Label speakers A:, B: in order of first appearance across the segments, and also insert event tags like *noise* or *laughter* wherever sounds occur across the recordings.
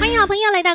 A: 欢迎好啊朋友来到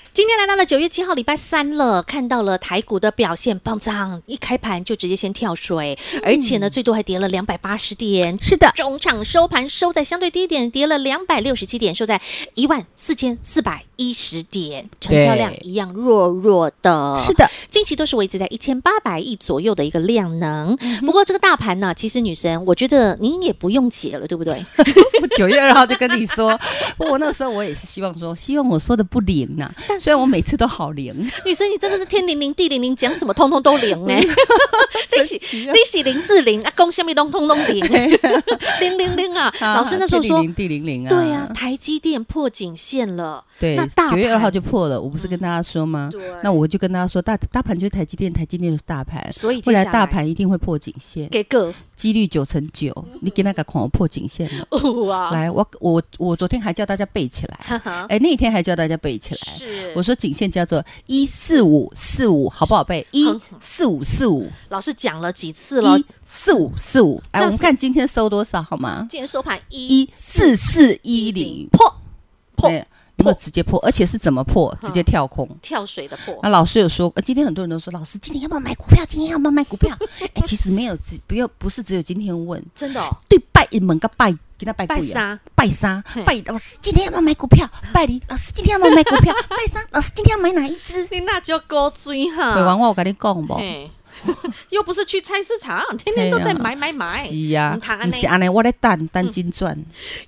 A: 今天来到了九月七号，礼拜三了，看到了台股的表现，棒棒，一开盘就直接先跳水，而且呢，最多还跌了两百八十点。
B: 嗯是的，
A: 中场收盘收在相对低点，跌了两百六十七点，收在一万四千四百一十点，成交量一样弱弱的。
B: 是的，
A: 近期都是维持在一千八百亿左右的一个量能。
B: 嗯
A: 不过这个大盘呢，其实女神，我觉得您也不用解了，对不
B: *laughs*
A: 对？
B: 我九月二号就跟你说， *laughs* 不过我那时候我也是希望说，希望我说的不灵呐、
A: 但是
B: 虽然我每次都好灵，
A: 女神，你真的是天灵灵地灵灵，讲什么通通都灵哎
B: *laughs*
A: 呢、你是
B: 奇了
A: 你是灵自灵，啊，公虾米通通都
B: *laughs*
A: 灵，灵灵灵啊！ *laughs* 老师那时候说，
B: 地零零啊，
A: 对呀、啊，台积电破颈线了，
B: 对
A: 那大，
B: 九月二号
A: 盘嗯
B: 就破了，我不是跟大家说吗？
A: 对
B: 那我就跟大家说，大大盘就是台积电，台积电就是大盘，
A: 所以接
B: 未来
A: 下
B: 大
A: 来
B: 盘一定会破颈线，
A: 给个
B: 几率九成九。你给那个狂破颈线了。
A: 五啊，
B: 来，我我我昨天还叫大家背起来，
A: *laughs* 哈哈，
B: 哎，那一天还叫大家背起来。
A: 是
B: 我说颈线叫做一四五四五，好不好背？一
A: 很好
B: 四五四五，
A: 老师讲了几次了
B: 一，四五四五。
A: 这
B: 来，我
A: 样
B: 们
A: 是
B: 看今天收多少好吗？
A: 今天收盘一
B: 一四四一零，破
A: 破
B: 对有没有直接破？而且是怎么破？直接跳空。
A: 跳水的破
B: 那，老师有说，呃今天很多人都说，老师今天要不要买股票？今天要不要买股 *laughs* 票？哎，其实没有，只不要不是只有今天问，
A: 真的、哦、
B: 对拜一门个拜，给他拜
A: 拜
B: 贵啊
A: 杀，
B: 拜三
A: 嘿，啊
B: 拜老师今天要不要买股票？拜你老师今天要不要买股
A: *laughs*
B: 票？拜三老师今天要买哪一只？
A: 你那叫高追哈，
B: 鬼王我有跟你讲不？
A: 啊嘿 *laughs* 又不是去菜市场，天天都在买买买。
B: 是呀
A: 哎唔通，嗯安
B: 你
A: 尼
B: 是安尼，我在等等金赚。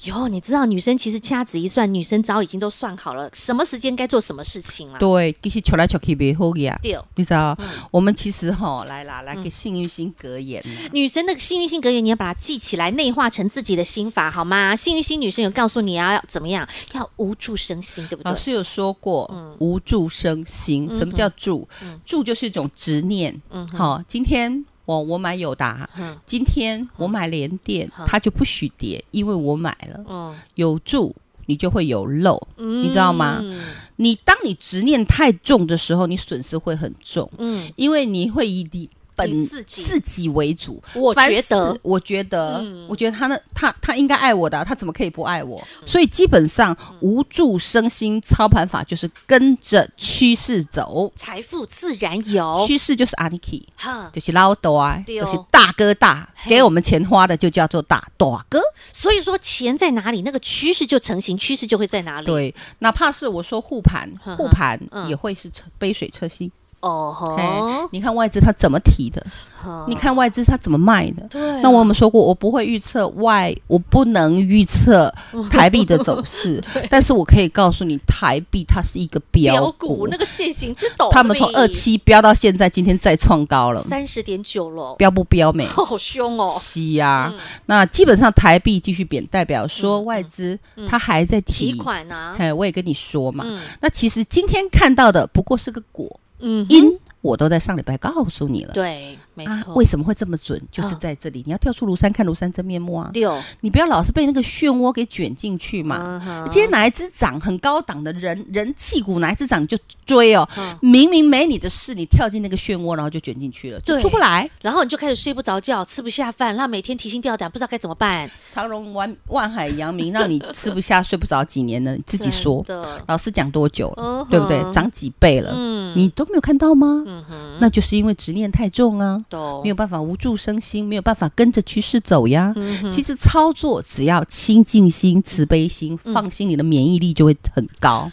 A: 哟，你知道女生其实掐指一算，女生早已经都算好了什么时间该做什么事情了。
B: 对，其实求来求去袂好呀。
A: 嗯对，嗯
B: 你知道，我们其实吼，来啦，来给幸运星格言啦。
A: 女神的幸运星格言，你要把它记起来，内化成自己的心法，好吗？幸运星女神有告诉你要怎么样，要无助身心，对不对
B: 老？师有说过，
A: 嗯
B: 无助生心。什么叫助？助就是一种执念。好，今天。我我买友达，
A: 嗯
B: 今天我买联电，
A: 嗯
B: 它就不许跌，因为我买了。
A: 嗯，
B: 有助你就会有漏。你知道吗
A: 嗯
B: 你当你执念太重的时候，你损失会很重，
A: 嗯，
B: 因为你会以你
A: 你
B: 本
A: 自己
B: 自己为主。
A: 我
B: 凡
A: 觉
B: 事
A: 得，嗯
B: 我觉得，我觉得他那他他应该爱我的啊，他怎么可以不爱我？所以基本上
A: 嗯
B: 无助生心操盘法就是跟着趋势走，
A: 财富自然有。
B: 趋势就是 Aniki，
A: 哈，
B: 就是老豆啊，
A: 对哦
B: 就是大哥大，
A: 嘿
B: 给我们钱花的就叫做大大哥。
A: 所以说钱在哪里，那个趋势就成型，趋势就会在哪里。，
B: 对，哪怕是我说护盘
A: 哼，
B: 护盘
A: 嗯
B: 也会是车杯水车薪。
A: 哦
B: 哎
A: 吼，，
B: 你看外资它怎么提的？
A: 哈
B: 你看外资它怎么卖的？
A: 对啊，
B: 那我有没有说过，我不会预测外，我不能预
A: *laughs*
B: 测台币的走势，但是我可以告诉你，台币它是一个标
A: 标
B: 股
A: 股那，个现行之斗，
B: 他们从二七飙到现在，今天再创高了，
A: 三十点九了，
B: 标不标美？
A: 好凶哦。
B: 是呀，那基本上台币继续贬，代表
A: 嗯
B: 说外资它还在
A: 提
B: 提。
A: 款啊，
B: 哎，我也跟你说嘛，
A: 嗯
B: 那其实今天看到的不过是个果，
A: 嗯，
B: 因我都在上礼拜告诉你了。
A: 对，没
B: 啊，
A: 错
B: 为，什么会这么准？就是
A: 嗯
B: 在这里，你要跳出庐山看庐山真面目啊！
A: 六
B: 你不要老是被那个漩涡给卷进去嘛。
A: 嗯哼
B: 今天哪一只涨很高档的人人气股，哪一只涨你就追哦。
A: 嗯
B: 明明没你的事，你跳进那个漩涡，然后就卷进去了，就
A: 对
B: 出不来。
A: 然后你就开始睡不着觉，吃不下饭，那每天提心吊胆，不知道该怎么办。
B: 长荣万万海扬名，让你吃不下、 *laughs* 睡不着几年呢？你自己说，
A: 真的，
B: 老师讲多久了，
A: 嗯哼
B: 对不对？涨几倍了，
A: 嗯，
B: 你都没有看到吗？
A: 嗯哼，哦
B: 那就是因为执念太重啊，
A: 懂，
B: 没有办法无助生心，没有办法跟着趋势走呀。
A: 嗯哼，
B: 其实操
A: 嗯
B: 作只要清净心、慈悲心，放心，你的免疫力就会很高。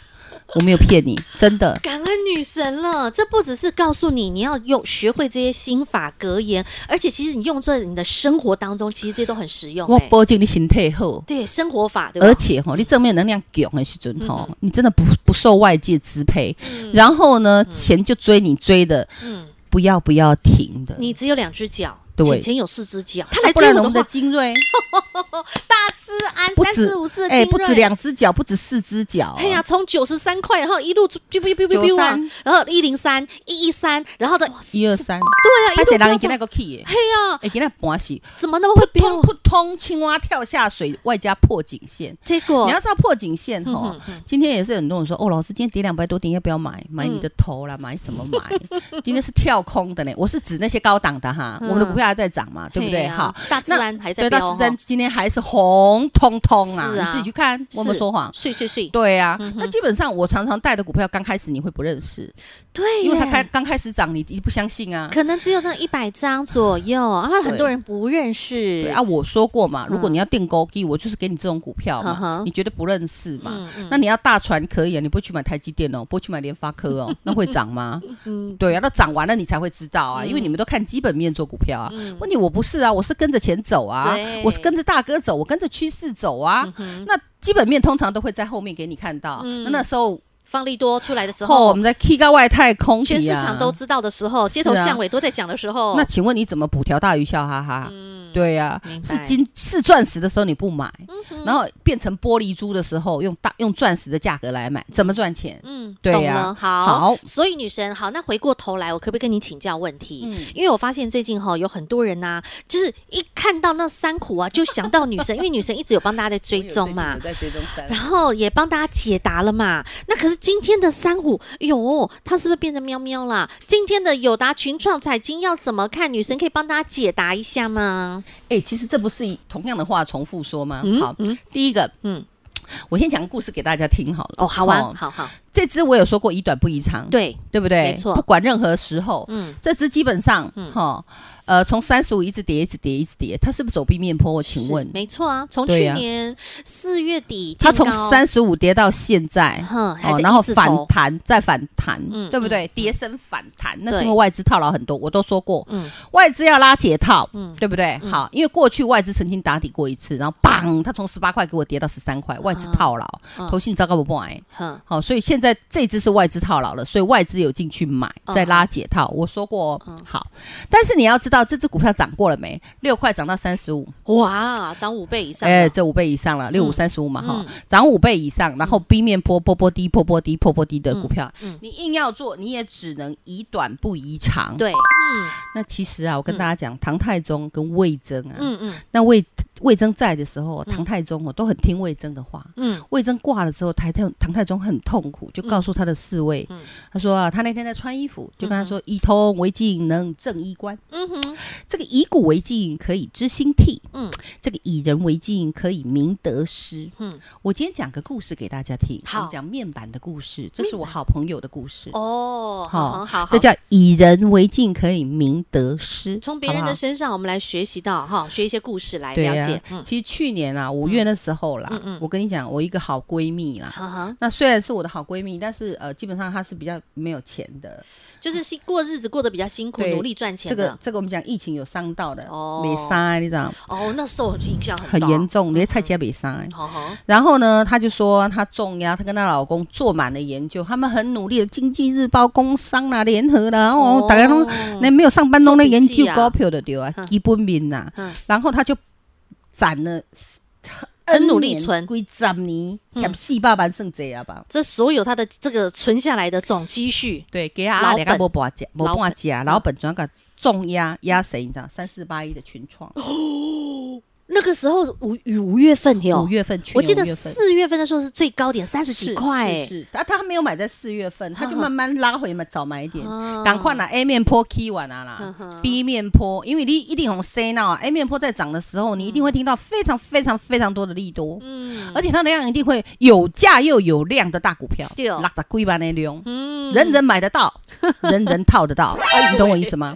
B: 我没有骗你，真的。
A: 感恩女神了，这不只是告诉你你要用学会这些心法格言，而且其实你用在你的生活当中，其实这些都很实用、
B: 我
A: 欸。
B: 保证你身体好，
A: 对生活法，对吧？嗯
B: 而且吼，你正面能量强的时阵吼，你真的不不受外界支配。然后呢，钱就追你追的，
A: 嗯，
B: 不要不要停的。
A: 你只有两只脚，
B: 对
A: 钱钱有四只脚，他
B: 啊
A: 来
B: 不
A: 追
B: 然
A: 我的
B: 我们的
A: 话，
B: 精锐
A: 大思安
B: 不
A: 三
B: 止
A: 四五四，
B: 哎，不止。两哦只脚，不止四只脚。
A: 哎呀，，从九十三块，然后一路哔哔哔哔哔啊
B: 93，
A: 然后一零三、一一三，然后的
B: 一二，
A: *laughs*
B: 三，
A: 对呀，
B: 拍谁让
A: 一
B: 你
A: 路
B: 给
A: 飙
B: 那
A: 到，
B: 个 key？
A: 嘿呀，
B: 哎，给那搬死，
A: 怎么那么
B: 扑
A: 会飙
B: 通？扑通，青蛙跳下水，外加破颈线。
A: 结果
B: 你要知道破颈线
A: 哦嗯
B: 哈
A: 哼，
B: 今天也是很多人说哦，老师今天跌两百多点，要不要买？买你的
A: 嗯
B: 头啦，买什么买？今天是跳空的呢，我是指那些高档的哈，
A: 嗯
B: 我们的股票还在涨嘛，对不
A: 嘿
B: 对？
A: 呀
B: 好，，
A: 大自
B: 那
A: 然还在
B: 对，大
A: 飙哦，
B: 自然今天还是红彤彤啊，
A: 是啊
B: 你自己去看，我们
A: 是
B: 说谎。
A: 碎碎碎，
B: 对啊
A: 嗯，哼
B: 那基本上我常常带的股票，刚开始你会不认识，
A: 对耶，
B: 因为它开嗯刚开始涨，你你不相信啊。
A: 可能只有那一百张左右，然后很
B: 对
A: 多人不认识。
B: 对啊，我说过嘛，如果
A: 嗯
B: 你要订购机，我就是给你这种股票
A: 呵呵
B: 嘛，你绝对不认识嘛。
A: 嗯嗯
B: 那你要大船可以啊，你不会去买台积电哦，不会去买联发科哦，那会
A: *laughs*
B: 涨吗？
A: 嗯
B: 对啊，那涨完了你才会知道啊，因为你们都看基本面做股票啊。问题我不是啊，我是跟着钱走啊
A: 嗯对，
B: 我是跟着大哥走，我跟着趋势走啊。那基本面通常都会在后面给你看到。
A: 嗯
B: 那那时候
A: 方利多出来的时
B: 后我
A: 候，
B: 们在 K 到外太空底啊，啊
A: 全市场都知道的时候，街头巷尾都在讲的时候，
B: 那请问你怎么捕条大鱼笑哈哈？对呀、
A: 嗯明白嗯
B: 是金是钻石的时候你不买，然后变成玻璃珠的时候用大用钻石的价格来买，怎么赚钱？
A: 嗯，
B: 对
A: 懂
B: 呀
A: 了，好
B: 好，
A: 所以女神，好，那回过头来，我可不可以跟你请教问题？
B: 嗯
A: 因为我发现最近哈、有很多人呐、就是一看到那三苦啊，就想到女
B: *laughs*
A: 神，因为女神一直有帮大家在追踪嘛， *laughs*
B: 在追踪三
A: 然后也帮大家解答了嘛。那可是今天的三虎，哎呦，它是不是变成喵喵啦？今天的友达群创彩金要怎么看？女神可以帮大家解答一下吗？
B: 哎、其实这不是一同样的话重复说吗？
A: 嗯
B: 好，
A: 嗯
B: 第一个，
A: 嗯
B: 嗯，我先讲个故事给大家听好了。
A: 哦，好啊，
B: 哦
A: 好好，
B: 这支我有说过宜短不宜长，
A: 对，
B: 对不对？
A: 没错
B: 不管任何时候，
A: 嗯，
B: 这支基本上，
A: 嗯
B: 哈、呃，从三十五一直跌，一直跌，一直跌，它是不是走避面坡？我请
A: 是
B: 问，
A: 没错啊，从
B: 对
A: 去
B: 呀
A: 年四月底见
B: 它
A: 高，
B: 从三十五跌到现在，
A: 哼还在
B: 哦然后
A: 一字
B: 反
A: 头
B: 弹再反弹，
A: 嗯
B: 对不对？跌升反弹，那
A: 对
B: 是因为外资套牢很多，我都说过，
A: 嗯
B: 外资要拉解套，
A: 嗯
B: 对不对？好，因为过去外资曾经打底过一次，然后砰，它从十八块给我跌到十三
A: 啊
B: 块，外资套牢，
A: 嗯
B: 投信糟糕不买。
A: 哼，
B: 好，所以现在这只是外资套牢了，所以外资有进去买，
A: 嗯
B: 再拉解套。我说过、
A: 啊
B: 哦，好，但是你要知道这只股票涨过了没？六块涨到三十五，
A: 哇，涨五倍以上了，
B: 哎，这五倍以上了，六五三十五嘛
A: 嗯
B: 哈，涨五倍以上，然后 B 面波波波低波波低波波低的股票
A: 嗯嗯，
B: 你硬要做，你也只能以短不宜长。，
A: 对，嗯
B: 那其实啊，我跟大家讲，唐太宗跟魏征啊，
A: 嗯嗯
B: 那魏魏征在的时候，
A: 嗯
B: 唐太宗哦都很听魏征的话。
A: 嗯，
B: 魏征挂了之后，唐太唐太宗很痛苦，就告诉他的侍卫
A: 嗯嗯，
B: 他说啊，他那天在穿衣服，就跟他说：“以铜为镜，能正衣冠。”
A: 嗯哼，
B: 这个以古为镜，可以知兴替；
A: 嗯
B: 嗯，这个以人为镜，可以明得失。
A: 嗯
B: 嗯，我今天讲个故事给大家听，
A: 好
B: 我们讲面板的故事，这是我好朋友的故事。
A: 哦，好好
B: 好
A: 好，
B: 这叫以人为镜，可以明得失。
A: 从别人
B: 好不
A: 的
B: 好
A: 身上，我们来学习到哈，学一些故事来
B: 对
A: 了
B: 呀
A: 解，嗯，
B: 其实去年啊，五月那时候啦，
A: 嗯嗯
B: 我跟你讲，我一个好闺蜜啦。
A: 哈哈，
B: 那虽然是我的好闺蜜，但是呃，基本上她是比较没有钱的。
A: 就是辛过日子过得比较辛苦，
B: 对
A: 努力赚钱
B: 这个
A: 的。
B: 这个我们讲疫情有伤到的，
A: 哦
B: 没杀，你知道，
A: 哦，那受影响很
B: 很
A: 大嗯
B: 严。重，连菜鸡也没杀。
A: 好好，
B: 然后呢，她就说她重压，她跟她老公做满了研究，他们很努力的《经济日报》、工商啦、联合啦，哦，大家都那没有上班都在研
A: 做笔
B: 究
A: 记啊
B: 股票的对啊
A: 嗯，
B: 基本面呐
A: 嗯。
B: 然后她就攒了
A: 很努力存
B: 几十年，
A: 嗯
B: 欠四百万算这啊吧。
A: 这所有他的这个存下来的总积蓄，
B: 对，给他
A: 老
B: 阿两个
A: 本
B: 无半价，无半价，老本嗯转个重压压谁？你知道三四八一的群创，
A: 那个时候五五月份有
B: 五，月份去年
A: 我记得
B: 五月份
A: 四月份的时候是最高点三十几块，欸
B: 是是，是但他没有买在四月份，他就慢慢拉回嘛，早买一点
A: 哦，
B: 赶快拿 A 面坡 key 完啊
A: 嗯
B: 啦
A: 哼
B: ，B 面坡，因为你一定红 C 闹 A 面坡在涨的时候，你一定会听到非常非常非常多的利多，
A: 嗯
B: 而且它的量一定会有价又有量的大股票，
A: 对哦
B: 六十几万的量，
A: 嗯哎
B: 人人买
A: *laughs*
B: 得到，人人套得到，你懂我意思吗？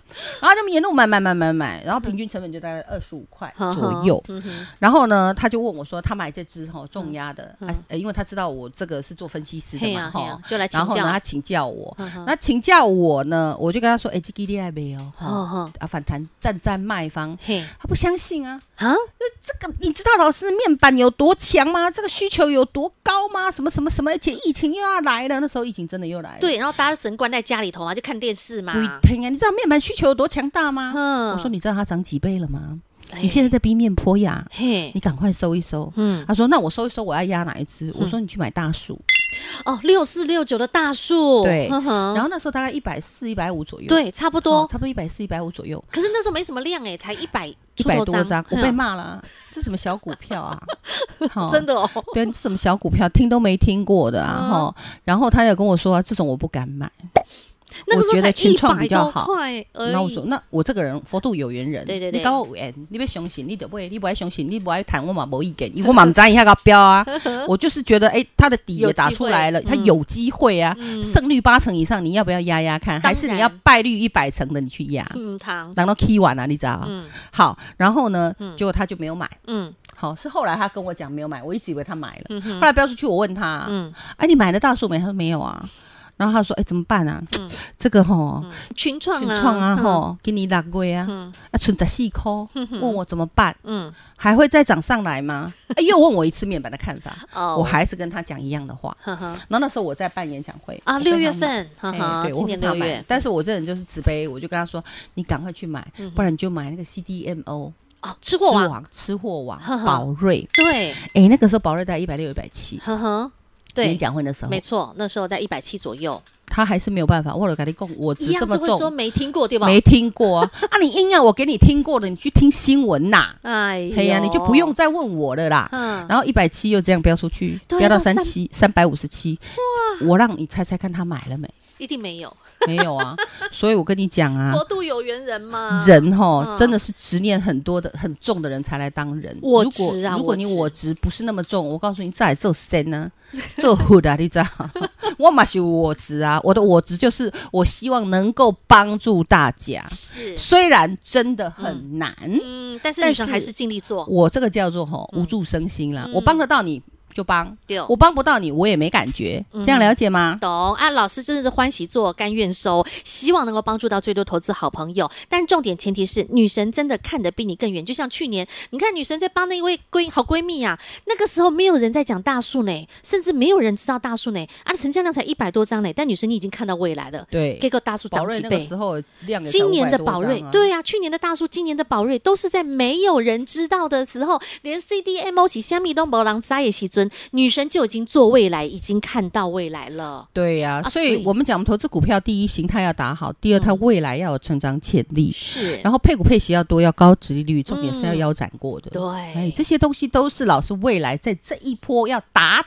B: 然后他们沿路买买买买买，然后平均成本就大概二十五块左右。
A: 嗯哼
B: 然后呢，他就问我说，他买这只哈重压的，
A: 嗯
B: 啊呃因为他知道我这个是做分析师
A: 嘿
B: 的
A: 呀
B: 嘛
A: 嘿呀
B: 哈，，
A: 就来请
B: 然后呢，
A: 教
B: 他。请教我，
A: 嗯哼
B: 那请教我呢，我就跟他说，哎，这个厉害没有？
A: 哦
B: 哈
A: 哦
B: 啊，反弹站在卖方，
A: 嘿
B: 他不相信啊。
A: 啊，
B: 这个你知道老师面板有多强吗？这个需求有多高吗？什么什么什么？而且疫情又要来了，那时候疫情真的又来了。
A: 对，然后大家只能关在家里头啊，就看电视嘛
B: 不。一定啊！你知道面板需求有多强大吗？
A: 嗯
B: 我说你知道它涨几倍了吗？
A: 哎
B: 你现在在逼面坡呀，
A: 嘿
B: 你，赶快收一收。
A: 嗯，
B: 他说：“那我收一收，我要压哪一只？”我说：“你去买大树。
A: 哦，六四六九的大树，
B: 对
A: 呵呵
B: 然后那时候大概一百四、一百五左右，
A: 嗯
B: 哦，
A: 对，差不多。
B: 差不多一百四、一百五左右，
A: 可是那时候没什么量哎，才一百
B: 一百多张，我被
A: 嗯
B: 骂了啊，这什么小股
A: *laughs*
B: 票啊？好
A: 真的哦，
B: 对，什么小股票听都没听过的啊，
A: 嗯
B: 哈、然后他也跟我说、啊，这种我不敢买。
A: 那个时
B: 我
A: 候才
B: 觉得
A: 一
B: 群创
A: 百
B: 比较
A: 多
B: 好
A: 块而已。
B: 那我说，那我这个人佛度有缘人，
A: 哎对对对
B: 你搞我缘，你别相信，你得不会，你不爱相信，你不爱谈，我嘛没
A: *laughs*
B: 意见，因为我嘛不知道一下个标啊，我就是觉得，哎、他的底
A: 有
B: 也打
A: 机
B: 出
A: 会
B: 来了，他
A: 嗯
B: 有机会啊，
A: 嗯
B: 胜率八成以上，你要不要压压看？
A: 当
B: 还是你
A: 然
B: 要败率一百成的你去压？
A: 嗯糖，
B: 难道 key 完啊？你知道吗？
A: 嗯
B: 好，然后呢，
A: 嗯
B: 结果他就没有买。
A: 嗯
B: 好，是后来他跟我讲没有买，我一直以为他买了。
A: 嗯哼
B: 后来标出去，我问他，
A: 嗯，
B: 哎，你买了大树莓？他说没有啊。然后他说，哎，怎么办啊？这个吼，
A: 群创
B: 群
A: 啊，
B: 创啊
A: 嗯，
B: 吼，给你六月啊，
A: 嗯
B: 啊存十四颗，问我怎么办？
A: 嗯
B: 还会再涨上来吗？哎，又问我一次面板的看法，
A: *laughs* 哦，
B: 我还是跟他讲一样的话。
A: 呵呵
B: 然后那时候我在办演讲会
A: 啊，
B: 我跟
A: 六
B: 他
A: 月
B: 买
A: 份，呵
B: 哎
A: 呵，
B: 对，
A: 今
B: 我
A: 年
B: 跟
A: 六
B: 他
A: 月
B: 买，，但是我这人就是慈悲，我就跟他说，你赶快去买，不然你就买那个 CDMO
A: 哦，嗯吃
B: 吃
A: 货王，
B: 王、吃货王
A: 呵呵、
B: 宝瑞。
A: 对，
B: 哎，那个时候宝瑞在一百六、一百七，
A: 呵呵，
B: 演
A: 对，
B: 讲会的时候
A: 没，错，那时候在一百七左右，
B: 他还是没有办法。我有跟你讲，我
A: 一
B: 值这
A: 样
B: 么
A: 就会说
B: 重，
A: 没听过对吧？
B: 没听过啊！ *laughs* 啊，你硬要我给你听过的，你去听新
A: *laughs*
B: 闻呐。
A: 哎，
B: 嘿呀，你就不用，再问我了啦。
A: 嗯，
B: 然后一百七又这样飙出去，
A: 对
B: 飙到
A: 到
B: 三
A: 三
B: 七三百五十七，我让你猜猜看他买了没？
A: 一定没有，
B: 没
A: *laughs*
B: 有啊，所以我跟你讲啊
A: 国，度有缘人嘛，
B: 人哈、
A: 嗯
B: 真的是执念很多的、很重的人才来当人。
A: 我
B: 如果
A: 执啊
B: 如
A: 我
B: 果你
A: 执
B: 我执不是那么重，我告诉你，再来做神呢、 *laughs* 啊，做虎的、啊，你知道？ *laughs* 我嘛是我执啊，我的我执就是我希望能够帮助大家，
A: 是，
B: 虽然真的很难，
A: 嗯，但是
B: 但
A: 女生还
B: 是
A: 是尽力做，
B: 我这个叫做吼无助身心啦，
A: 嗯
B: 我帮得到你就帮。
A: 对。哦
B: 我帮不到你，我也没感觉，
A: 嗯
B: 这样了解吗？
A: 懂啊，老师真的是欢喜做，甘愿收，希望能够帮助到最多投资好朋友。但重点前提是，女神真的看得比你更远。就像去年，你看女神在帮那位闺好闺蜜啊，那个时候没有人在讲大树呢，甚至没有人知道大树呢，啊，成交量才一百多张呢。但女神你已经看到未来了，给
B: 对，
A: 个大树
B: 宝
A: 涨
B: 瑞
A: 几
B: 那个
A: 倍
B: 时。候量也才
A: 今年的
B: 500多
A: 宝瑞
B: 张，啊，
A: 对啊，去年的大树，今年的宝瑞，都是在没有人知道的时候，连 CDMO 起虾米都没人扎也西尊，女神就已经做未来，已经看到未来了。
B: 对呀、
A: 啊
B: 所
A: 所
B: 以
A: 以嗯
B: 我们讲，我们投资股票，第一形态要打好，第二它未来要有成长潜力，
A: 是，
B: 然后配股配息要多，要高值利率，重点是要腰斩过的。
A: 对，
B: 哎，这些东西都是老师未来在这一波要打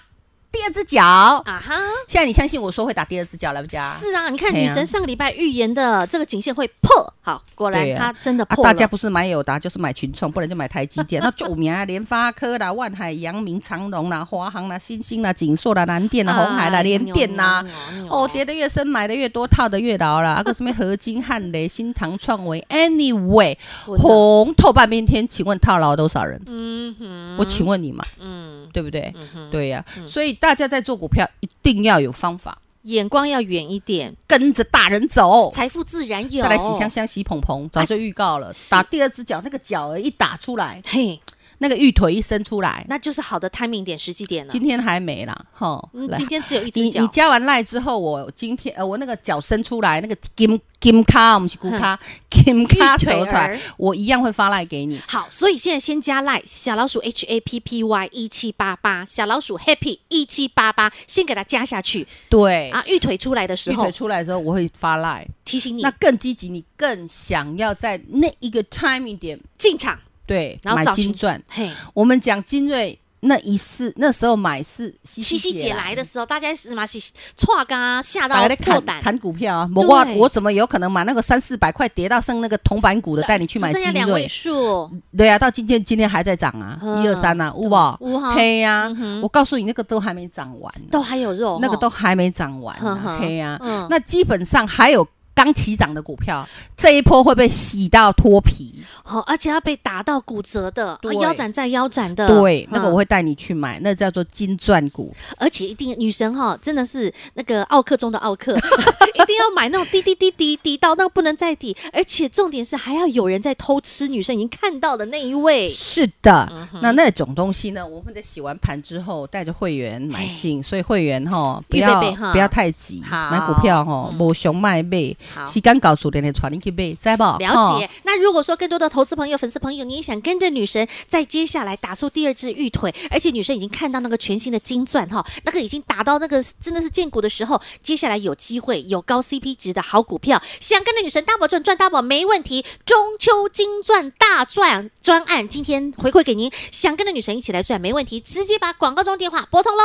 B: 第二只脚。
A: 啊哈，
B: 现在你相信我说会打第二只脚来不加？
A: 是啊，你看
B: 嘿
A: 女
B: 啊
A: 神上个礼拜预言的这个颈线会破，好，果然
B: 对啊
A: 她真的
B: 啊，
A: 破了。
B: 大家不是买友达就是买群创，不然就买台积
A: *laughs*
B: 电。那就名啊，联发科啦、万海、阳明、长荣啦、华航啦、新兴啦、景硕啦、南电啦、
A: 啊
B: 红海啦、联电啦。哦，跌
A: 跌
B: 得越深，买得越多，套得越牢啦。啊个什么合金、汉雷、新唐、创维，anyway，红透半边天，请问套牢多少人？
A: 嗯哼，
B: 我请问你嘛，
A: 嗯
B: 对不对？
A: 嗯哼，
B: 对呀、所以大家在做股票一定要有方法，
A: 眼光要远一点，
B: 跟着大人走。
A: 财富自然有。
B: 哦
A: 啊
B: 再来洗香香、洗捧捧，早就预告了。
A: 是
B: 打第二只脚，那个脚一打出来，
A: 嘿，
B: 那个玉腿一伸出来，
A: 那就是好的 timing 点、时机点了
B: 今。天还没啦，哈，
A: 嗯
B: 来
A: 今。天只有一
B: 你
A: 只
B: 你
A: 脚，
B: 加完赖之后，我今天呃，我那个脚伸出来，那个金金卡，我们是骨卡，金卡
A: 玉
B: 走
A: 腿嗯儿
B: 出来，我一样会发赖给你。
A: 好，所以现在先加赖小老鼠 H A P P Y 一七八八，小老鼠 Happy 一七八八，先给它加下去
B: 对，
A: 啊。玉腿出来的时
B: 玉腿
A: 候
B: 出来之后，我会发赖。
A: 提醒你
B: 那更积极，你更想要在那一个 timing 点，
A: 进场，
B: 对，
A: 然后
B: 买
A: 找
B: 金
A: 寻
B: 钻。
A: 嘿，
B: 我们讲精锐那一次那时候买是西
A: 七夕姐来的时候，大家是嘛是错刚吓到
B: 大家在
A: 破
B: 砍
A: 胆，
B: 砍股票啊，我哇
A: 对
B: 我怎么有可能把那个三四百块跌到剩那个铜板股的，带你去
A: 只
B: 买
A: 剩下
B: 精
A: 两
B: 锐
A: 位？数，
B: 对啊，到今天今天还在涨啊，
A: 嗯
B: 一二三啊，五宝
A: 有哈
B: 黑呀
A: 嗯，哼
B: 我告诉你，那个都还没涨完啊，
A: 都还有肉，
B: 那个
A: 吼
B: 都还没涨完
A: 呵呵
B: 啊，黑呀
A: 嗯，
B: 那基本上还有刚起涨的股票，这一波会被洗到脱皮。
A: 好，而且要被打到骨折的，啊
B: 对
A: 腰斩再腰斩的，
B: 对
A: 嗯，
B: 那个我会带你去买，那叫做金钻股。
A: 而且一定女神哈，真的是那个奥克中的奥
B: *laughs*
A: 克，一定要买那种滴滴滴滴滴到那个不能再滴，而且重点是还要有人在偷吃，女生已经看到的那一位，
B: 是
A: 嗯
B: 的，那那种东西呢，我们在洗完盘之后带着会员买进，所以会员哈不
A: 预备
B: 要
A: 备哈
B: 不要太急，
A: 好嗯
B: 买股票哈无熊卖卖，
A: 好
B: 时间搞主连的传你去买，知道不？
A: 了解。那如果说更多的投资朋友、粉丝朋友，你也想跟着女神在接下来打出第二只玉腿，而且女神已经看到那个全新的金钻哈，那个已经打到那个真的是见骨的时候，接下来有机会有高 CP 值的好股票，想跟着女神大宝赚赚大宝没问题。中秋金钻大赚专案今天回馈给您，想跟着女神一起来赚没问题，直接把广告中电话拨通喽。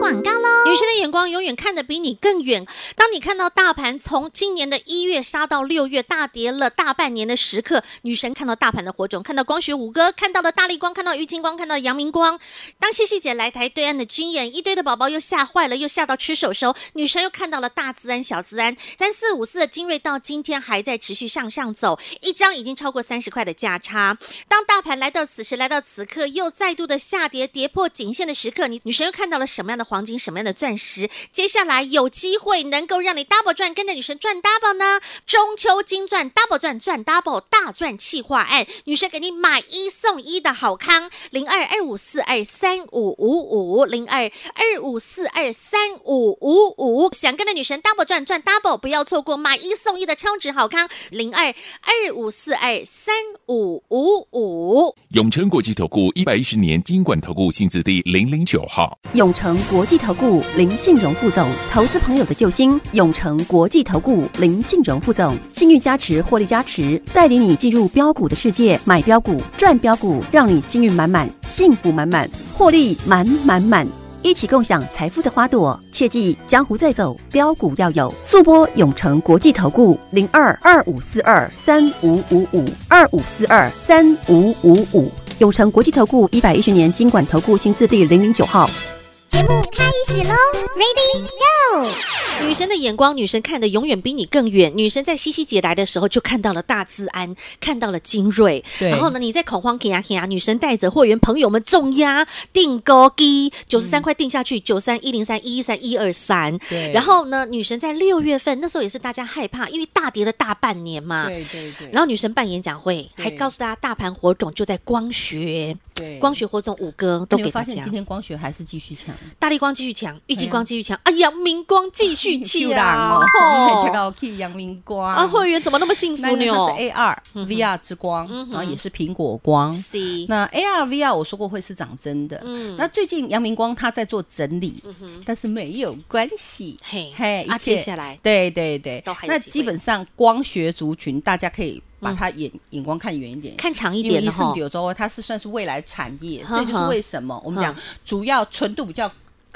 C: 广告喽，
A: 女生的眼光永远看得比你更远。当你看到大盘从今年的一月杀到六月，大跌了大半年的时刻，女神看到大盘的火种，看到光学五哥，看到了大力光，看到郁金光，看到阳明光。当谢谢姐来台对岸的军演，一堆的宝宝又吓坏了，又吓到吃手手。女神又看到了大自然、小自然，三四五四的精锐到今天还在持续向上走，一张已经超过三十块的价差。当大盘来到此时，来到此刻，又再度的下跌，跌破颈线的时刻，你女神又看到了什么样的黄金，什么样的钻石？接下来有机会能够让你 double 赚，跟着女神赚 double 呢？中秋金钻 double 赚，赚 double 大赚企划案，哎女神给你买一送一的好康，零二二五四二三五五五，零二二五四二三五五五，想跟着女神 double 赚赚 double，不要错过买一送一的超值好康，零二二五四二三五五五。
D: 永诚国际投顾一百一十年金管投顾性质第零零九号。
C: 永诚国际投顾林信荣副总，投资朋友的救星。永诚国际投顾林信荣副总，幸运加持，获利加持，带领你进入标股的世界，买标股，赚标股，让你幸运满满，幸福满满，获利满满满。一起共享财富的花朵，切记江湖再走，标股要有。速播永诚国际投顾零二二五四二三五五五二五四二三五五五。永诚国际投顾一百一十年经管投顾新字第零零九号。
A: 女神的眼光，女神看的永远比你更远。女神在西西姐来的时候就看到了大自安，看到了精锐。
B: 对
A: 然后呢，你在恐慌给呀给呀，女神带着会员朋友们重压定高低，九十三块定下去，九三一零三一一三一二三。
B: 嗯对
A: 然后呢，女神在六月份那时候也是大家害怕，因为大跌了大半年嘛。
B: 对对对，
A: 然后女神办演讲会，还
B: 对
A: 告诉大家大盘火种就在光学，
B: 对哎
A: 光学火种五哥都
B: 你
A: 给
B: 会
A: 大
B: 发
A: 家
B: 现。今天光学还是继续强，
A: 大力光继续强，玉金
B: 哎呀
A: 光继续强，啊，阳明光继续
B: *laughs*
A: 强
B: 秀朗哦，
A: 啊吼
B: 你看到去阳明光
A: 啊，会员怎么那么幸
B: 那
A: 福
B: 因为它是
A: 呢
B: A 二 VR 之光，
A: 嗯哼
B: 然后也是苹果光。
A: ？C，
B: 那 AR VR 我说过会是长真的，
A: 嗯
B: 那最近阳明光它在做整理，但是没有关系，
A: 嘿
B: 嘿，
A: 啊
B: 一切
A: 接下来
B: 对对对
A: 都还，有
B: 那
A: 机会嗯
B: 基本上光学族群大家可以把它眼眼光看远一点，
A: 看长一
B: 因为
A: 点
B: 医
A: 的
B: 生
A: 哈，
B: 柳州它是算是未来产业，
A: 呵呵
B: 这就是为什么我们讲
A: 嗯
B: 主要纯度比较。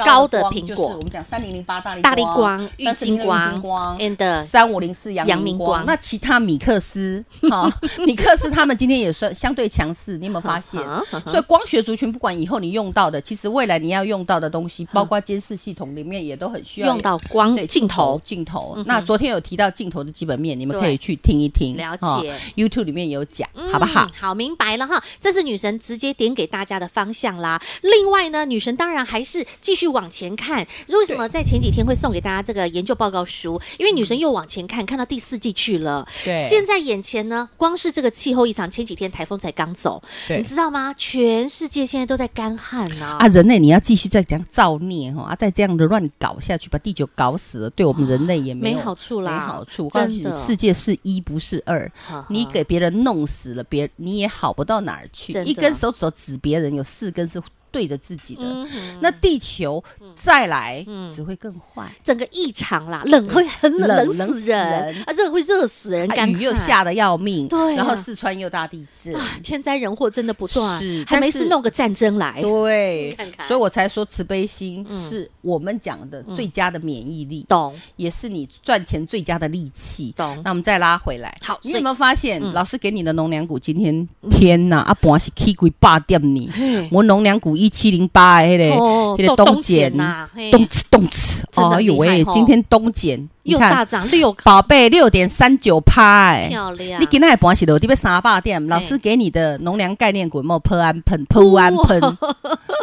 A: 高的
B: 的
A: 苹果
B: 就是我们讲三零零八大力
A: 大力光郁金光
B: ，and
A: and
B: 三五零四阳
A: 阳
B: 明
A: 明
B: 光
A: 光。
B: 那其他米克斯，
A: *laughs*
B: 哈，米克斯他们今天也算相对强势，你有没有发现？
A: 嗯哼嗯哼
B: 所以光学族群不管以后你用到的，其实未来你要用到的东西，包括监视系统里面也都很需要
A: 用到光
B: 对
A: 镜头，嗯
B: 镜头。那昨天有提到镜头的基本面，你们可以
A: 对
B: 去听一听，
A: 了解
B: 哦 YouTube 里面有讲，
A: 嗯
B: 好不好？
A: 好，明白了哈，这是女神直接点给大家的方向啦。另外呢，女神当然还是继续往前看。为什么在前几天会送给大家这个研究报告书？因为女神又往前看，看到第四季去了。
B: 对
A: 现在眼前呢，光是这个气候异常，前几天台风才刚走，
B: 对
A: 你知道吗？全世界现在都在干旱呐、
B: 啊，人类你要继续再这样造孽哈，啊，再这样的乱搞下去，把地球搞死了，对我们人类也没有
A: 没好处啦
B: 没好处。我告诉
A: 真
B: 你
A: 的，啊
B: 世界是一不是二
A: 呵呵，
B: 你给别人弄死了，别你也好不到哪儿去
A: 真。的
B: 一根手指头指别人，有四根是对着自己的。
A: 嗯哼
B: 那地球再来
A: 嗯
B: 只会更坏，
A: 整个异常啦，冷会很冷，
B: 冷
A: 冷
B: 冷
A: 死
B: 死
A: 人
B: 人
A: 啊，热会热死人，
B: 啊
A: 干
B: 雨又
A: 旱
B: 下的要命，
A: 对啊
B: 然后四川又大地震，
A: 啊，天灾人祸真的不断
B: 是，
A: 还
B: 但
A: 没
B: 是
A: 事弄个战争来，
B: 对
A: 哎看看，嗯
B: 所以我才说慈悲心是我们讲的最佳的免疫力，
A: 懂
B: 也是你赚钱最佳的利器。
A: 懂
B: 那我们再拉回来，
A: 好
B: 你
A: 所以嗯
B: 有没有发现老师给你的农粮股今天天呐，啊，本是 K 鬼霸掉你，
A: 嘿
B: 我农粮股一七零八哎嘞
A: 哦，
B: 那个
A: 做
B: 东
A: 检
B: 碱
A: 呐嘿
B: 东吃东吃，
A: 真的
B: 哎呦
A: 厉
B: 喂
A: 害哦，
B: 今天东碱，你
A: 又大
B: 看
A: 涨六个，
B: 宝贝六点三九趴哎，
A: 漂亮，
B: 你今天的盘是落地要三百点，老师给你的农粮概念股有没有喷安喷喷安喷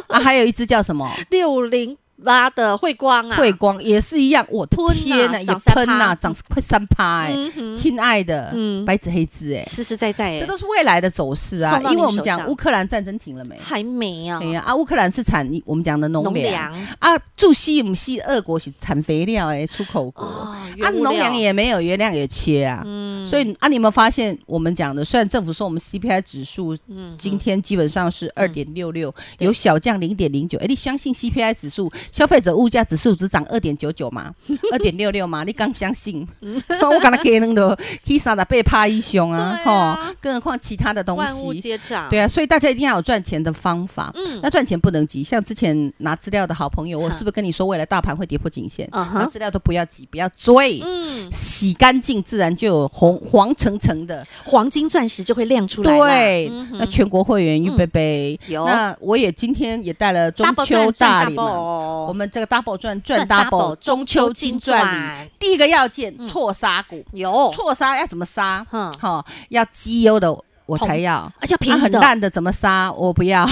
B: 啊？还有一只叫什么
A: 六零八的慧光啊，
B: 汇光，也是一样，我的
A: 喷啊
B: 天呐，也
A: 涨三
B: 喷
A: 趴
B: 呐，涨快三趴哎！
A: 嗯哼
B: 亲爱的
A: 嗯，
B: 白纸黑字哎，
A: 实实在在欸，
B: 这都是未来的走势啊
A: 送到，
B: 因
A: 您
B: 为我们
A: 手
B: 讲
A: 上
B: 乌克兰战争停了没？
A: 还没啊
B: 哎，呀啊，乌克兰是产我们讲的农
A: 农
B: 粮
A: 粮
B: 啊，驻西姆西俄国是产肥料哎，出口国
A: 哦
B: 啊，
A: 原物料
B: 农粮也没有，原料也切啊，
A: 嗯
B: 所以啊，你有没有发现我们讲的，虽然政府说我们 CPI 指数
A: 嗯
B: 今天基本上是二点六六，有小降零点零九，哎，你相信 CPI 指数消费者物价指数只涨二点九九吗？ *laughs* 二点六六吗？你刚相信？
A: 嗯
B: *laughs* 我刚才给那个 Kisa 的被趴一凶啊，
A: 对啊
B: 吼，更何况其他的东
A: 万物
B: 西。
A: 皆涨，
B: 对啊，所以大家一定要有赚钱的方法。
A: 嗯
B: 那赚钱不能急，像之前拿资料的好朋友，我
A: 哈
B: 是不是跟你说未来大盘会跌破颈线？
A: 嗯哼
B: 拿资料都不要急，不要追。
A: 嗯，
B: 洗干净，自然就有红黄澄澄的。
A: 黄金钻石就会亮出来啦，
B: 对，
A: 嗯哼
B: 那全国会员预备备。
A: 有
B: 那我也今天也带了中
A: Double
B: 秋
A: 赚赚
B: 大
A: double
B: 礼嘛。
A: 哦
B: 我们这个 double 赚赚
A: 赚 double，
B: double，
A: 中
B: 中
A: 秋
B: 秋
A: 金
B: 金
A: 钻
B: 赚礼。嗯哦第一个要件错杀股，
A: 有，
B: 错杀要怎么杀？
A: 嗯
B: 好，要绩优的我才要。
A: 而且
B: 它
A: 便宜
B: 很
A: 的，
B: 烂的怎么杀？我不 *laughs* 要，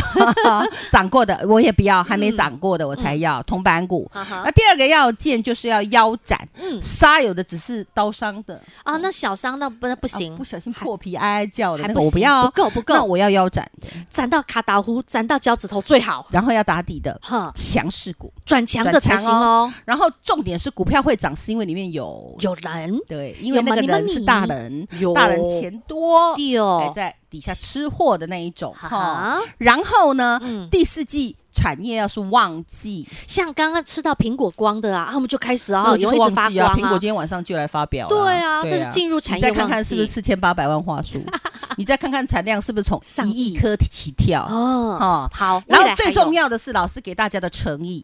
B: 涨过的我也不要，还没涨过的我才要铜板股。
A: 啊哈
B: 那第二个要件就是要腰斩，
A: 嗯
B: 杀有的只是刀伤的，
A: 啊，那小伤那不那不
B: 啊
A: 行
B: 不，小心破皮哀哀叫的
A: 还
B: 那
A: 不
B: 个我不
A: 行
B: 要
A: 不，够不
B: 那
A: 够，
B: 我要腰斩的，
A: 攒到卡达呼，攒到脚趾头最好，
B: 然后要打底的
A: 哼，
B: 强势股，
A: 转强的才行
B: 转强
A: 哦。
B: 然后重点是股票会涨，是因为里面有
A: 有人
B: 对，因
A: 有
B: 为那个
A: money
B: 人
A: money
B: 是大人
A: 有，
B: 大人钱多，哎
A: 丢，
B: 在底下吃货的那一种
A: 哈
B: 哈。
A: 哈，
B: 然后呢
A: 嗯，
B: 第四季产业要是旺季，
A: 像刚刚吃到苹果光的啊，他们就开始啊，
B: 那
A: 有
B: 就
A: 一
B: 是
A: 直
B: 旺
A: 发
B: 季啊。
A: 光
B: 苹果
A: 啊
B: 今，天晚上就来发表了，
A: 对啊这是进入产业
B: 你再看
A: 旺
B: 看
A: 季
B: 是不是四千八百万话术，
A: *laughs*
B: 你再看看产量是不是从
A: 上
B: 一
A: 亿
B: 亿颗起跳，
A: 哦，
B: 哈。
A: 好，
B: 然
A: 未
B: 后
A: 来还
B: 最
A: 有
B: 重要的是，老师给大家的诚意，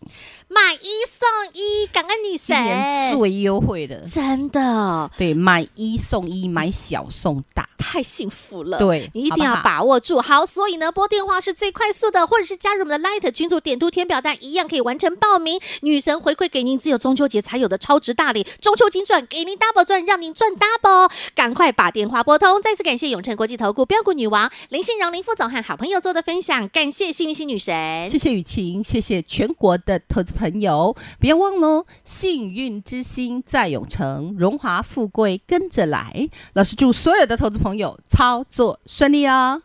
A: 买一送一，感恩女
B: 今
A: 神，
B: 年最优惠的，
A: 真的
B: 对，买一送一，买小送大，
A: 太幸福了，
B: 对
A: 呃你一定要
B: 好不好
A: 把握住。好，所以呢，拨电话是最快速的，或者是加入我们的 Light 群组，点图填表单一样可以完成报名。女神回馈给您只有中秋节才有的超值大礼，中秋金钻给您 double 赚，让您赚 double。赶快把电话拨通。再次感谢永诚国际投顾标股女王林信荣林副总和好朋友做的分享，感谢幸运星女神
B: 谢。谢雨晴，谢谢全国的投资朋友，别忘喽，幸运之星在永城，荣华富贵跟着来。老师祝所有的投资朋友操作顺利哦。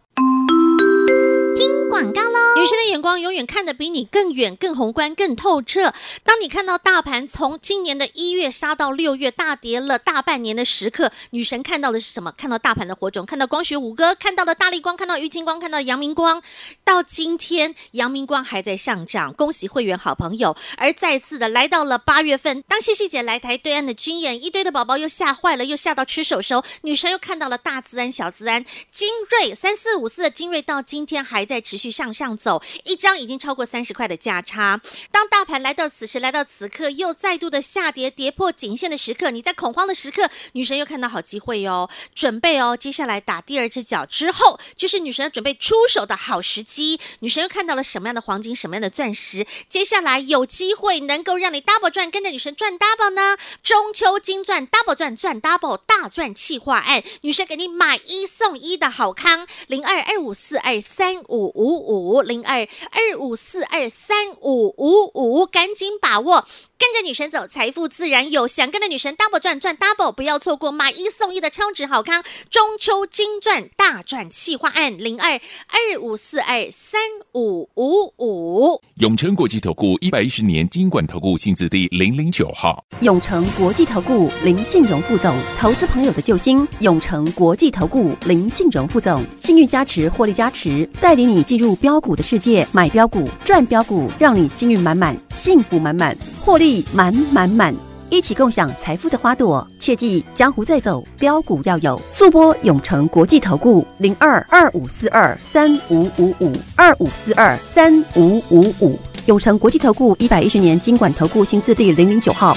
A: 广告喽！女生的眼光永远看得比你更远、更宏观、更透彻。当你看到大盘从今年的一月杀到六月，大跌了大半年的时刻，女神看到的是什么？看到大盘的火种，看到光学五哥，看到了大力光，看到郁金光，看到阳明光。到今天，阳明光还在上涨，恭喜会员好朋友。而再次的来到了八月份，当西西姐来台对岸的军演，一堆的宝宝又吓坏了，又吓到吃手手。女神又看到了大自然、小自然，精锐三四五四的精锐到今天还在持续向上走，一张已经超过三十块的价差。当大盘来到此时，来到此刻，又再度的下跌，跌破颈线的时刻，你在恐慌的时刻，女神又看到好机会哦，准备哦，接下来打第二只脚之后，就是女神准备出手的好时机。女神又看到了什么样的黄金，什么样的钻石，接下来有机会能够让你 double 赚，跟着女神赚 double 呢？中秋金钻 double 赚赚 double 大赚气化案，女神给你买一送一的好康，零二二五四二三五五五零二二五四二三五五五，赶紧把握。跟着女神走，财富自然有。想跟着女神 double 赚赚 double，不要错过买一送一的超值好康中秋金钻大赚企划案零二二五四二三五五五。
D: 永诚国际投顾一百一十年金管投顾性质第零零九号。
C: 永诚国际投顾林信荣副总，投资朋友的救星。永诚国际投顾林信荣副总，信誉加持，获利加持，带领你进入标股的世界，买标股，赚标股，让你幸运满满，幸福满满，获利满满满。一起共享财富的花朵，切记江湖再走，标股要有。速播永诚国际投顾零二二五四二三五五五二五四二三五五五。永诚国际投顾一百一十年经管投顾新字第零零九号。